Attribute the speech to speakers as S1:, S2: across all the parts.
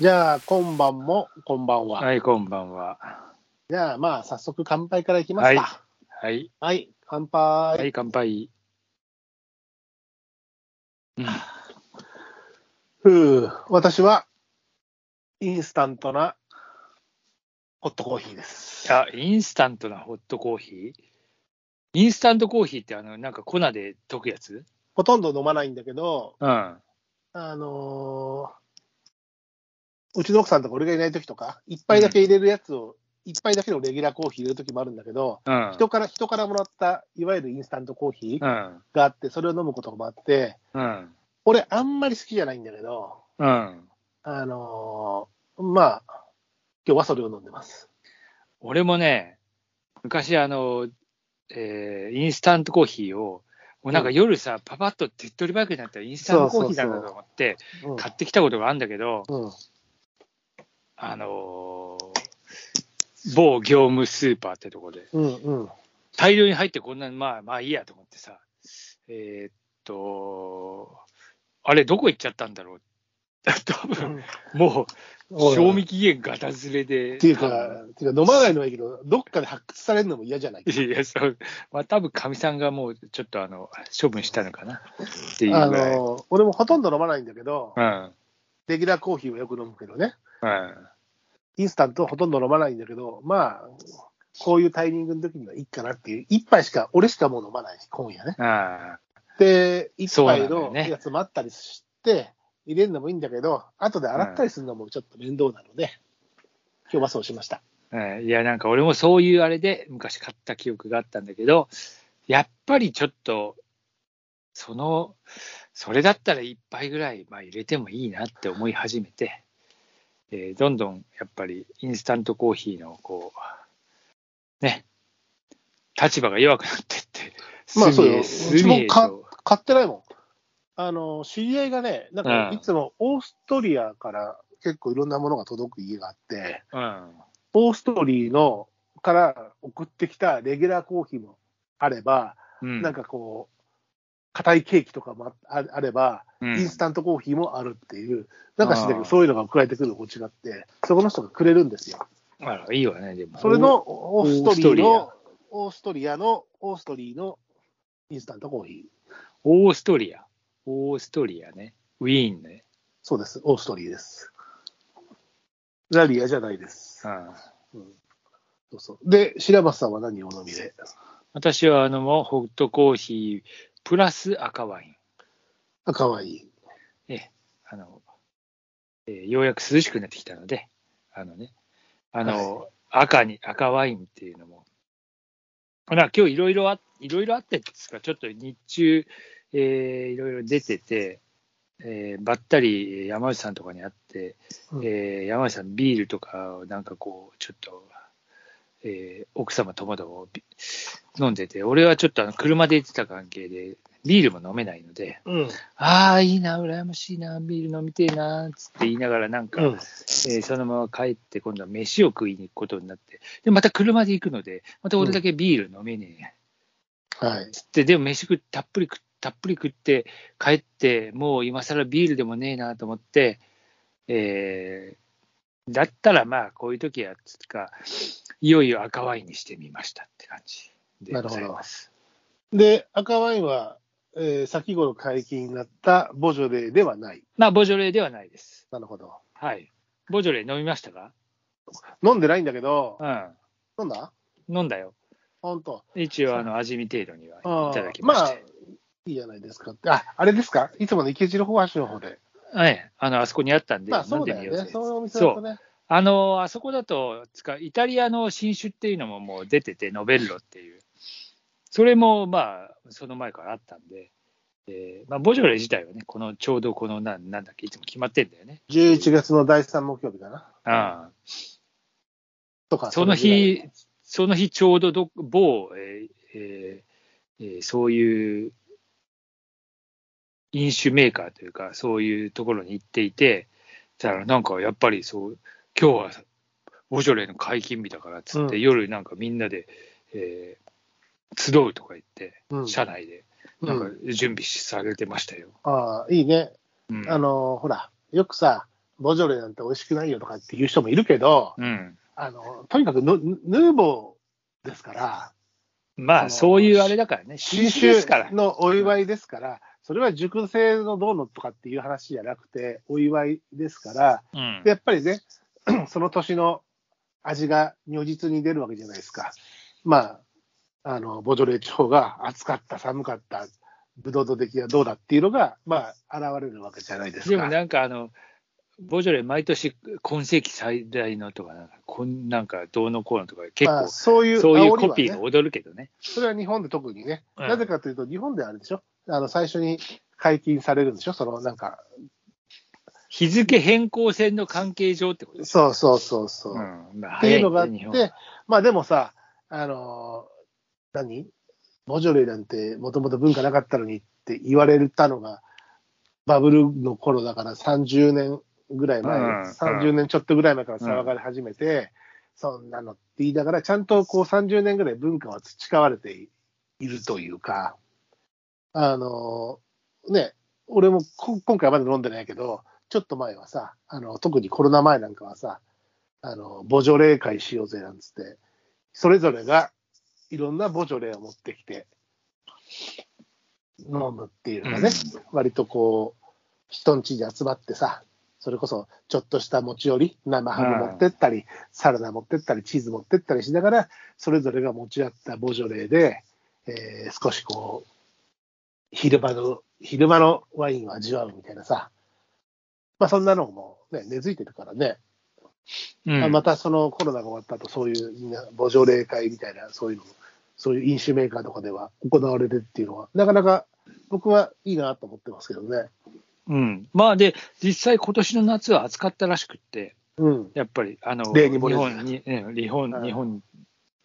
S1: じゃあ、今晩も、こんばんは。
S2: はい、こんばんは。
S1: じゃあ、まあ、早速乾杯からいきますか。
S2: はい、
S1: はい、乾杯、
S2: はい、乾杯。うん、
S1: ふう。私は、インスタントなホットコーヒーです。
S2: あ、インスタントなホットコーヒーインスタントコーヒーって、あの、なんか粉で溶くやつ
S1: ほとんど飲まないんだけど、
S2: うん。
S1: あのーうちの奥さんとか俺がいないときとか、一杯だけ入れるやつを、一杯だけのレギュラーコーヒー入れるときもあるんだけど、
S2: うん。
S1: 人から、人からもらった、いわゆるインスタントコーヒー
S2: うん。
S1: があって、それを飲むこともあって、
S2: うん。
S1: 俺、あんまり好きじゃないんだけど、
S2: うん。
S1: あのーまあ、今日はそれを飲んでます。
S2: 俺もね、昔、あの、えーインスタントコーヒーを、もうなんか夜さ、パパッと手っ取り早くになったらインスタントコーヒーだなと思って、
S1: うん
S2: 買ってきたことがあるんだけど、
S1: うん、
S2: あのー某業務スーパーってとこで、
S1: うん、うん。
S2: 大量に入ってこんなに、まあまあいいやと思ってさ、えーっと、あれ、どこ行っちゃったんだろう。 多分、もう、賞味期限がたずれで。
S1: っていうか、っていうか飲まないのはいいけど、どっかで発掘されるのも嫌じゃない
S2: いや、そう、まあ多分かみさんがもうちょっとあの、処分したのかなっていう
S1: あ
S2: ぐらい。
S1: のー俺もほとんど飲まないんだけど、
S2: うん、
S1: レギュラーコーヒーはよく飲むけどね、
S2: うん。
S1: インスタントはほとんど飲まないんだけど、まあ、こういうタイミングの時にはいいかなっていう、一杯しか、俺しかもう飲まないし、今夜ね。
S2: あ
S1: で、一杯
S2: そうな
S1: の
S2: んだよね
S1: やつ待ったりして、入れるのもいいんだけど、後で洗ったりするのもちょっと面倒なので、今日はそうしました。
S2: あ、うん。いや、なんか俺もそういうあれで昔買った記憶があったんだけど、やっぱりちょっと、その、それだったら一杯ぐらい、まあ、入れてもいいなって思い始めて、えーどんどんやっぱりインスタントコーヒーのこう、ね、立場が弱くなってって、
S1: まあそうよ
S2: 隅へ隅へ
S1: うちもか
S2: と
S1: 買ってないもん。あの、知り合いがね、なんか
S2: うん
S1: いつもオーストリアから結構いろんなものが届く家があって、
S2: うん。
S1: オーストリアのから送ってきたレギュラーコーヒーもあれば、
S2: うん
S1: なんかこう、硬いケーキとかもあああれば、
S2: うん
S1: インスタントコーヒーもあるっていう、なんか知んないけ
S2: あ
S1: ど、
S2: ー
S1: そういうのが送られてくるのも違って、そこの人がくれるんですよ。
S2: あら、いいわね、でも。
S1: それのオーストリア
S2: オー
S1: の、オーストリアの、オーストリアのインスタントコーヒー。
S2: オーストリア。オーストリアね。ウィーンね。
S1: そうです。オーストリアです。ラリアじゃないです
S2: う。ん。
S1: そうそうで、白松さんは何をお飲みで
S2: 私は、あの、もうホットコーヒー、プラス赤ワイン。
S1: あ、かわいい。
S2: ええ、あの、えーようやく涼しくなってきたので、あのね、あの、赤に、赤ワインっていうのも、な今日いろいろあ、いろいろあってですか、ちょっと日中、えーいろいろ出てて、えーばったりえー山内さんとかに会って、
S1: うん
S2: えー山内さんビールとかをなんかこう、ちょっと、えー奥様ともどもび飲んでて、俺はちょっとあの車で行ってた関係で、ビールも飲めないので、
S1: うん。
S2: ああ、いいな、羨ましいな、ビール飲みてえな、つって言いながら、なんか、
S1: う
S2: え
S1: ん。
S2: ーそのまま帰って、今度は飯を食いに行くことになって、で、また車で行くので、また俺だけビール飲めね
S1: はい
S2: え、。つって、でも飯食って、たっぷり食って、たっぷり食って、帰って、もう今更ビールでもねえなと思って、えーだったらまあ、こういう時は、つうか、いよいよ赤ワインにしてみましたって感じでございます。
S1: で、赤ワインは、えー先頃解禁になったボジョレーではない。
S2: まあ、ボジョレーではないです。
S1: なるほど。
S2: はい。ボジョレー飲みましたか
S1: 飲んでないんだけど、
S2: う
S1: 飲んだ
S2: ん。飲んだよ。
S1: 本当。
S2: 一応、あの、味見程度に
S1: あ
S2: は
S1: ー
S2: いただき
S1: ま
S2: まし
S1: あ
S2: て。、
S1: いいじゃないですかって。あ、あれですかいつもの池城大橋の方で。
S2: はい。あの、あそこにあったんで、
S1: まあ、
S2: 飲
S1: そ
S2: ん
S1: う
S2: で
S1: だ
S2: みよ
S1: よ
S2: う
S1: ね。
S2: ぜ。
S1: そういうお店だ
S2: そ
S1: と
S2: う。
S1: ね。
S2: あの、あそこだと、つか、イタリアの新酒っていうのももう出てて、ノベルロっていう。それも、まあ、その前からあったんで、えーまあ、ボジョレ自体はね、この、ちょうどこの、なんなんだっけ、いつも決まってんだよね。
S1: 11月の第3木曜日かな。
S2: ああ。
S1: とか。
S2: その
S1: れぐらい
S2: 日、その日ちょうどど、某、えーえーえーそういう飲酒メーカーというか、そういうところに行っていて、だからなんかやっぱりそう、今日はボジョレーの解禁日だからっつって、
S1: うん
S2: 夜なんかみんなで、えー集うとか言って、
S1: うん
S2: 車内で、なんか準備されてましたよ。
S1: ああ、いいね。
S2: うん
S1: あの、ほら、よくさ、ボジョレなんて美味しくないよとかっていう人もいるけど、
S2: うん。
S1: あの、とにかくヌヌーボーですから、
S2: ま
S1: あ
S2: あ、
S1: の
S2: そういうあれだからね、新酒ですから。
S1: のお祝いですから、それは熟成のどうのとかっていう話じゃなくて、お祝いですから、
S2: うん
S1: でやっぱりね、 その年の味が如実に出るわけじゃないですか。まあ、あの、ボジョレー調が暑かった、寒かった、ブドウの出来がどうだっていうのが、まあ、現れるわけじゃないですか。
S2: でもなんかあの、ボジョレ、毎年、今世紀最大のとかなんか、こんなんかどうのこうのとか、結
S1: まあ
S2: 構、
S1: そういう
S2: そういう
S1: 煽り
S2: コ
S1: は
S2: ピ
S1: ね
S2: ーが踊るけどね。
S1: それは日本で特にね、
S2: うん
S1: なぜかというと、日本ではあれでしょ、あの最初に解禁されるんでしょ、そのなんか、
S2: 日付変更線の関係上ってことです。
S1: そうそうそうそう。っ
S2: んまあ
S1: ていうのがあっ
S2: 早
S1: て
S2: いね日本、
S1: まあでもさ、あのー何、ボジョレーなんてもともと文化なかったのにって言われたのが、バブルの頃だから30年ぐらい前、
S2: うん
S1: 30年ちょっとぐらい前から騒がれ始めて、そんなのって言いながら、ちゃんとこう30年ぐらい文化は培われているというか、あのね、俺もこ今回はまだ飲んでないけど、ちょっと前はさ、あの特にコロナ前なんかはさ、あのボジョレー会しようぜなんつって、それぞれがいろんなボジョレーを持ってきて、飲むっていうのがね、割とこう、人ん家に集まってさ、それこそちょっとした持ち寄り、生ハム持ってったり、サラダ持ってったり、チーズ持ってったりしながら、それぞれが持ち合ったボジョレーで、えー少しこう、昼間の、昼間のワインを味わうみたいなさ、まあそんなのもね、根付いてるからね、
S2: うん
S1: あまたそのコロナが終わった後、そういうみんな、ボジョレー会みたいな、そういうのも、そういう飲酒メーカーとかでは行われるっていうのは、なかなか僕はいいなと思ってますけどね。
S2: うん、まあで、実際、今年の夏は暑かったらしくって、
S1: うん。
S2: やっぱりあの
S1: 例
S2: 日
S1: に漏れず
S2: 本に、うん日
S1: う
S2: 本
S1: ん
S2: 日本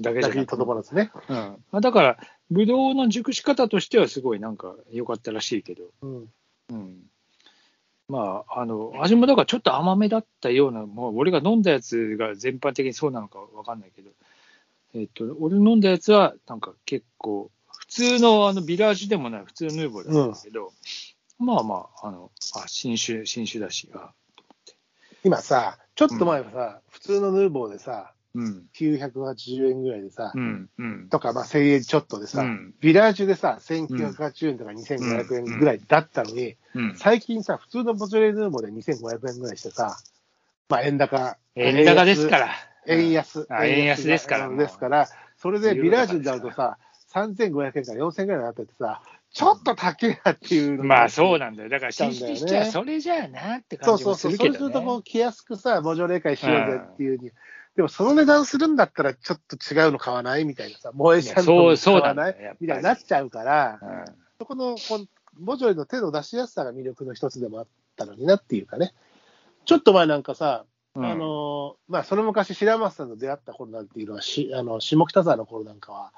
S2: だけじ
S1: だ
S2: ゃな
S1: けに
S2: く
S1: と
S2: て、
S1: どまらずね。
S2: うんまあ、だから、ぶどうの熟し方としては、すごいなんか良かったらしいけど、
S1: うん。
S2: うん、まああの、味もだからちょっと甘めだったような、もう俺が飲んだやつが全般的にそうなのか分かんないけど、えっと俺飲んだやつは、なんか結構、普通のあのビラージュでもない、普通のヌーボーだったんだけど、まあまあ、あのあ新酒新酒だし、あ
S1: 今さ、ちょっと前はさ、普通のヌーボーでさ、
S2: うん。
S1: 980円ぐらいでさ、
S2: うん。うん。
S1: とか、まあ、1000円ちょっとでさ、
S2: うん
S1: ビラージュでさ、1980円とか2500円ぐらいだったのに、
S2: うん
S1: 最近さ、普通のボジョレーヌーボーで2500円ぐらいしてさ、まあ、円高。
S2: 円高ですから。
S1: 円安。
S2: あ円安ですからもう
S1: ですから、それでビラージュになるとさ、3500円から4000円ぐらいになっててさ、ちょっと高いなっていうのが
S2: まあそうなんだよ。だから、新式しちゃ
S1: そう
S2: それじゃあなって
S1: そ
S2: 感
S1: う
S2: じ
S1: そ
S2: も
S1: う
S2: す
S1: そう。
S2: る
S1: そ
S2: け
S1: うす
S2: ど
S1: るとこ
S2: ね。
S1: う、気安くさ、ボジョレー会しようぜっていうに。でも、その値段するんだったら、ちょっと違うの買わないみたいなさ、萌えちゃん
S2: い
S1: の
S2: やそう
S1: 買わ
S2: そうな
S1: なんい
S2: だよやっぱり
S1: みたいになっちゃうから、
S2: うん
S1: そこのこのボジョレの手の出しやすさが魅力の一つでもあったのになっていうかね。ちょっと前なんかさ、
S2: うん
S1: あのまあ、その昔、白松さんと出会った頃なんていうのはし、あの下北沢の頃なんかは、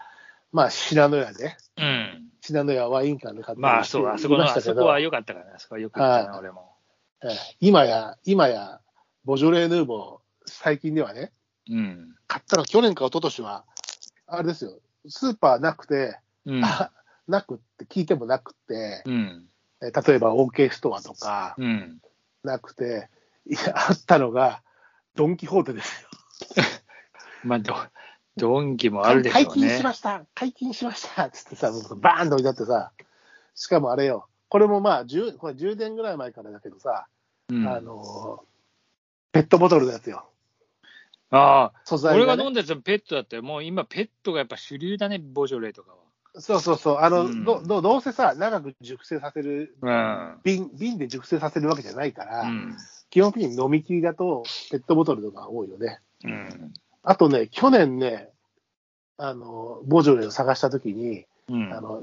S1: まあ、信濃屋で、
S2: うん。
S1: 信濃屋ワイン館で買って
S2: まあそう、あそこの、あそこは良かったからね。あそこは良かったな、
S1: はい
S2: 俺も。
S1: 今や、今や、ボジョレ・ヌーボー、最近ではね、
S2: うん。
S1: 買ったの去年か一昨年は、あれですよ、スーパーなくて、
S2: うん。
S1: あなくって、聞いてもなくって、
S2: うん。
S1: え例えば OK ストアとか、
S2: うん。
S1: なくて、いや、あったのが、ドン・キホーテですよ。
S2: まあ、ど、ドンキもあるでし
S1: 解
S2: ょう
S1: 禁し
S2: ね
S1: ま。した、解禁しましたつってさ、もうバーンと置いてあってさ、しかもあれよ、これもまあ10、これ10年ぐらい前からだけどさ、
S2: うん
S1: あ
S2: あ
S1: のーペットボトルのやつよ、
S2: あ。
S1: 素材
S2: 俺
S1: が、
S2: が
S1: ね。
S2: 飲んだやつはペットだったよ。もう今、ペットがやっぱ主流だね、ボジョレーとか
S1: そうそうそう、あの、
S2: うん
S1: どどどうせさ、長く熟成させる、
S2: は。
S1: 瓶瓶で熟成させるわけじゃないから、
S2: うん。
S1: 基本的に飲み切りだと、ペットボトルとか多いよね。
S2: うん。
S1: あとね、去年ね、あの、ボジョレを探したときに、
S2: うん。
S1: あの、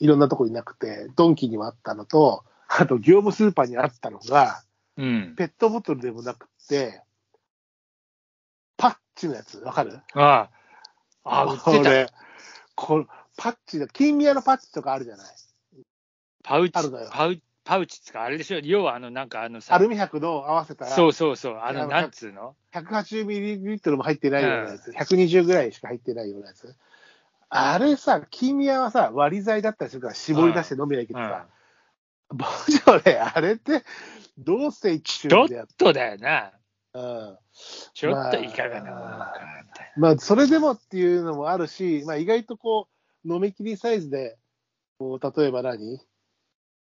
S1: いろんなとこになくて、ドンキにもあったのと、あと業務スーパーにあったのが、
S2: うん。
S1: ペットボトルでもなくて、パッチのやつ、わかる
S2: ああ。ああ、売ってた。
S1: た。これ、パッチの、金宮のパッチとかあるじゃない。
S2: パウチ
S1: あるのよ、
S2: パウパウチっつうか、あれでしょ、要はあの、なんかあのさ、
S1: アルミ箔の合わせたら、
S2: そうそうそう、あ
S1: いや
S2: の、なんつうの
S1: 180ミリリットルも入ってないようなやつ、120ぐらいしか入ってないようなやつ。あれさ、金宮はさ、割り剤だったりするから、絞り出して飲みゃいいけどさ、ボジョレ、あれって、どうして一周
S2: ちょっ
S1: でやっ
S2: とだよな。
S1: た、うん、
S2: ちょっといかがなものかな、みたい
S1: まあ、それでもっていうのもあるし、まあ、意外とこう、飲み切りサイズで、こう、例えば何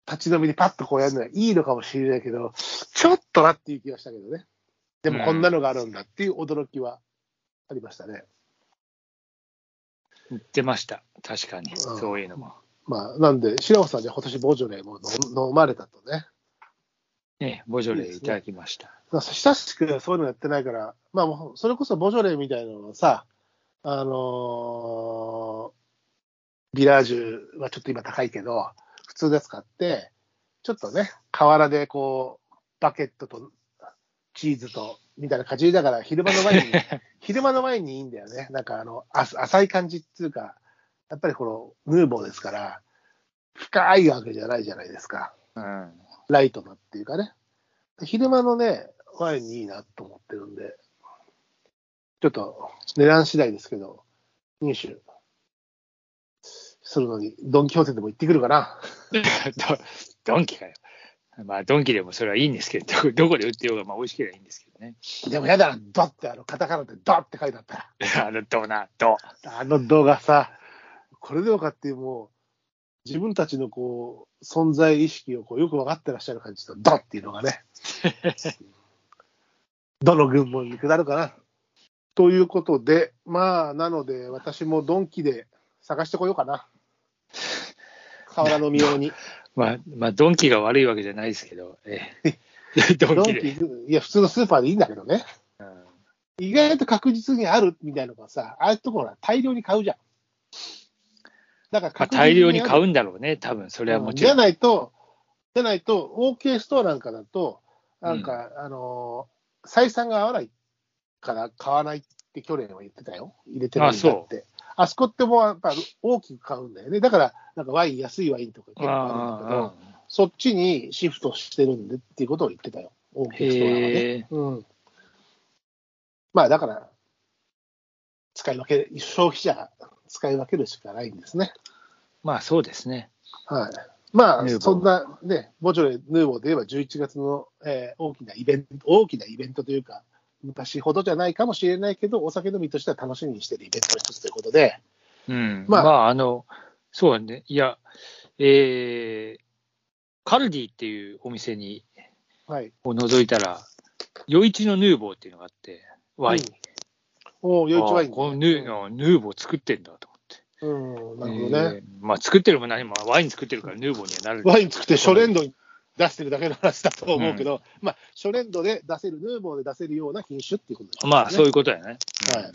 S1: 立ち飲みでパッとこうやるのはいいのかもしれないけど、ちょっとなっていう気がしたけどね。でも、こんなのがあるんだっていう驚きはありましたね。
S2: な。言ってました。確かに。
S1: うん
S2: そういうのも。
S1: まあ、なんで、白尾さんじゃ今年ボジョレーも飲飲まれたとね。
S2: ね、ボジョレーいただきました。
S1: まあ、親しくそういうのやってないから、まあもう、それこそボジョレーみたいなのをさ、あのービラージュはちょっと今高いけど、普通のやつ買って、ちょっとね、河原でこう、バケットとチーズと、みたいな感じだから、昼間のワインに、昼間のワインにいいんだよね。なんかあの、あ浅い感じっていうか、やっぱりこの、ヌーボーですから、深いわけじゃないじゃないですか。
S2: うん。
S1: ライトなっていうかね、昼間のね、ワインにいいなと思ってるんで、ちょっと値段次第ですけど、入手するのに、ドン・キホーテでも行ってくるかな。
S2: ドドンキかよ。まあ、ドンキでもそれはいいんですけど、どこどこで売ってようが、まあ、美味しければいいんですけどね。
S1: でもやだな、ドって、あの、カタカナでドって書いてあった
S2: あの、ドナド。
S1: ら、あの動画さ、これでもかっていう、もう、自分たちのこう、存在意識をこうよく分かってらっしゃる感じと、ドっていうのがね、 どの軍門に下るかな。ということで、まあ、なので、私もドンキで探してこようかな。河原のみように。
S2: まあ、まあ、ドンキが悪いわけじゃないですけど、ええ、 ド
S1: ド
S2: ン
S1: ン
S2: キ
S1: キ、
S2: で。
S1: いや、普通のスーパーでいいんだけどね。
S2: うん
S1: 意外と確実にあるみたいなのがさ、ああいうところは大量に買うじゃん。だから
S2: まあ、大量に
S1: う
S2: 買うんだろうね、多分それはもち
S1: じ
S2: ろ
S1: ゃ
S2: ん。
S1: ないと、じゃないと、OK ストアなんかだと、なんか、あのー採算が合わないから買わないって去年は言ってたよ。入れてないんだって。あそこってもうやっぱ大きく買うんだよね。だから、なんかワイン、安いワインとか結構あるんだけど、
S2: ああ
S1: そっちにシフトしてるんでっていうことを言ってたよ。OK ストアはね。
S2: へえ、
S1: うん。まあだから、使い分け、消費者が使い分けるしかないんですね。
S2: まあそうですね。
S1: はい。まあ、
S2: ヌーボー
S1: そんなね、ボジョレ・ヌーボーで言えば11月の、えー大きなイベント、大きなイベントというか、昔ほどじゃないかもしれないけど、お酒飲みとしては楽しみにしてるイベントの一つということで、
S2: うん。ま
S1: ま
S2: あ、
S1: あ
S2: あ、の、そうね。いや、えー、カルディっていうお店に、
S1: はい。
S2: を覗いたら、余市のヌーボーっていうのがあって、ワイン。
S1: うんおお、余一ワイ
S2: あ
S1: ン。
S2: このヌーあヌーボー作ってんだと思っ
S1: う
S2: て。
S1: ん、なるほどね。
S2: えーまあ作ってるも何も、ワイン作ってるからヌーボーにはなる。
S1: ワイン作って初年度に出してるだけの話だと思うけど、まあ、初年度で出せる、ヌーボーで出せるような品種っていうことですね。
S2: まあそういうことだよね。
S1: はい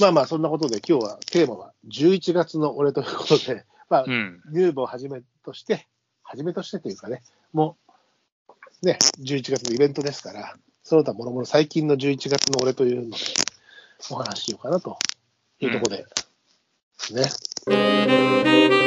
S1: まあまあ、そんなことで今日はテーマは11月の俺ということで、まあ
S2: う、ん。
S1: ヌーボーをはじめとして、はじめとしてというかね、もう、ね、11月のイベントですから、その他もろもろ最近の11月の俺というので、お話ししようかなというところで、ね。